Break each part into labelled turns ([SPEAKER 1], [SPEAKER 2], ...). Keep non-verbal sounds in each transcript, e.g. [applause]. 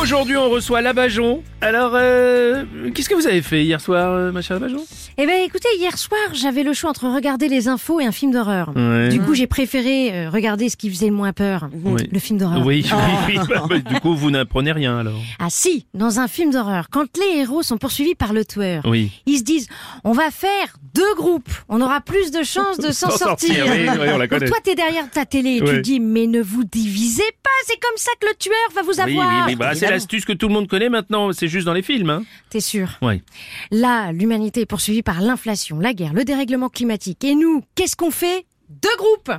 [SPEAKER 1] Aujourd'hui, on reçoit Labajon. Alors, euh, qu'est-ce que vous avez fait hier soir, euh, ma chère Labajon
[SPEAKER 2] Eh ben écoutez, hier soir, j'avais le choix entre regarder les infos et un film d'horreur.
[SPEAKER 1] Ouais.
[SPEAKER 2] Du coup, j'ai préféré euh, regarder ce qui faisait le moins peur,
[SPEAKER 1] Oui.
[SPEAKER 2] le film d'horreur.
[SPEAKER 1] Oui, oui, oui. Bah, bah, du coup, vous n'apprenez rien alors.
[SPEAKER 2] Ah si, dans un film d'horreur, quand les héros sont poursuivis par le tueur,
[SPEAKER 1] Oui.
[SPEAKER 2] ils se disent on va faire deux groupes, on aura plus de chances
[SPEAKER 1] [laughs]
[SPEAKER 2] de s'en
[SPEAKER 1] S'en sortir,
[SPEAKER 2] sortir.
[SPEAKER 1] oui, oui, on la
[SPEAKER 2] Donc,
[SPEAKER 1] connaît.
[SPEAKER 2] toi, t'es derrière ta télé et tu
[SPEAKER 1] Ouais.
[SPEAKER 2] te dis mais ne vous divisez pas, c'est comme ça que le tueur va vous
[SPEAKER 1] Oui,
[SPEAKER 2] avoir.
[SPEAKER 1] oui, oui. Bah, c'est
[SPEAKER 2] Évidemment.
[SPEAKER 1] l'astuce que tout le monde connaît maintenant. C'est juste dans les films. Hein.
[SPEAKER 2] T'es sûr
[SPEAKER 1] Oui.
[SPEAKER 2] Là, l'humanité est poursuivie par l'inflation, la guerre, le dérèglement climatique. Et nous, qu'est-ce qu'on fait deux
[SPEAKER 1] [laughs]
[SPEAKER 2] groupes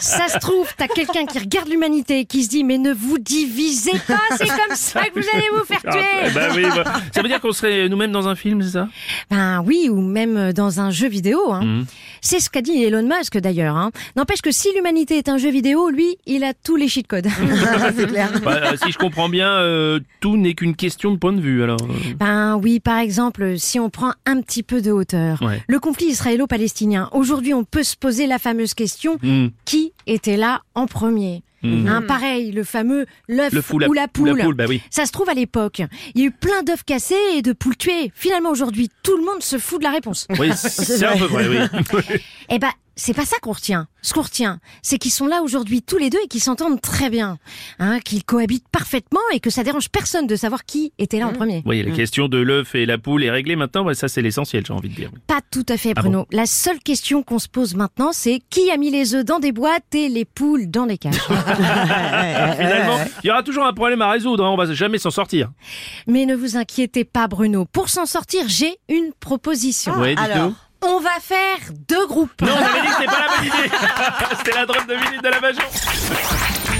[SPEAKER 2] Ça se trouve, t'as quelqu'un qui regarde l'humanité et qui se dit Mais ne vous divisez pas, c'est comme ça que vous allez vous faire
[SPEAKER 1] Ah,
[SPEAKER 2] tuer
[SPEAKER 1] bah, oui, bah. Ça veut dire qu'on serait nous-mêmes dans un film, c'est ça
[SPEAKER 2] Ben oui, ou même dans un jeu vidéo. hein.
[SPEAKER 1] Mhm.
[SPEAKER 2] C'est ce qu'a dit Elon Musk d'ailleurs. hein. N'empêche que si l'humanité est un jeu vidéo, lui, il a tous les cheat-codes.
[SPEAKER 1] Mhm. Bah, euh, Si je comprends bien, euh, tout n'est qu'une question de point de vue. Alors, euh,
[SPEAKER 2] [laughs] Ben oui, par exemple, si on prend un petit peu de hauteur,
[SPEAKER 1] Ouais.
[SPEAKER 2] le conflit israélo-palestinien, aujourd'hui on peut se poser la fameuse question
[SPEAKER 1] hmm.
[SPEAKER 2] qui était là en premier Hein, Pareil, le fameux
[SPEAKER 1] Mhm.
[SPEAKER 2] l'œuf
[SPEAKER 1] Mm. le fou, la,
[SPEAKER 2] ou la poule.
[SPEAKER 1] poule, bah oui.
[SPEAKER 2] Ça se trouve à l'époque, il y a eu plein d'œufs cassés et de poules tuées. Finalement aujourd'hui, tout le monde se fout de
[SPEAKER 1] [laughs]
[SPEAKER 2] la réponse.
[SPEAKER 1] Oui, c'est un peu vrai, oui.
[SPEAKER 2] Eh ben, c'est pas ça qu'on retient. Ce qu'on retient, c'est qu'ils sont là aujourd'hui tous les deux et qu'ils s'entendent très bien, hein, qu'ils cohabitent parfaitement et que ça dérange personne de savoir qui était
[SPEAKER 1] Mhm.
[SPEAKER 2] là en premier.
[SPEAKER 1] Oui, la question de l'œuf et la poule est réglée maintenant. Bah, ça, c'est l'essentiel, j'ai envie de dire.
[SPEAKER 2] Pas tout à fait,
[SPEAKER 1] Ah
[SPEAKER 2] Bruno. La seule question qu'on se pose maintenant, c'est qui a mis les œufs dans des boîtes et les poules dans des cages
[SPEAKER 1] Finalement, il y aura toujours un problème à résoudre. hein. On va jamais s'en sortir.
[SPEAKER 2] Mais ne vous inquiétez pas, Bruno. Pour s'en sortir, j'ai une proposition.
[SPEAKER 1] Ouais, dites-nous.
[SPEAKER 3] alors.
[SPEAKER 2] On va faire deux groupes.
[SPEAKER 1] [laughs] Non, on avait dit que c'était pas la bonne idée. c'était la drôle de minute de la Bajon.